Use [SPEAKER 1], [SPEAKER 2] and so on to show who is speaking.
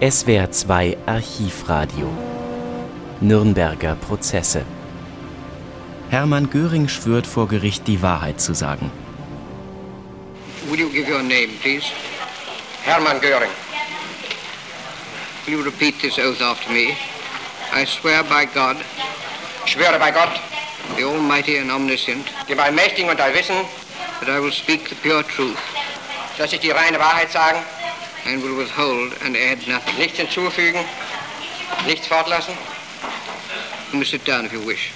[SPEAKER 1] SWR 2 Archivradio Nürnberger Prozesse Hermann Göring schwört vor Gericht die Wahrheit zu sagen.
[SPEAKER 2] Will you give your name, please? Hermann Göring. Will you repeat this oath after me? I swear by God,
[SPEAKER 3] Ich schwöre bei Gott,
[SPEAKER 2] the Almighty and Omniscient,
[SPEAKER 3] dem Allmächtigen und Allwissen,
[SPEAKER 2] that I will speak the pure truth
[SPEAKER 3] dass ich die reine Wahrheit sagen,
[SPEAKER 2] and will withhold and add nothing.
[SPEAKER 3] nichts hinzufügen, nichts fortlassen.
[SPEAKER 2] You may sit down if you wish.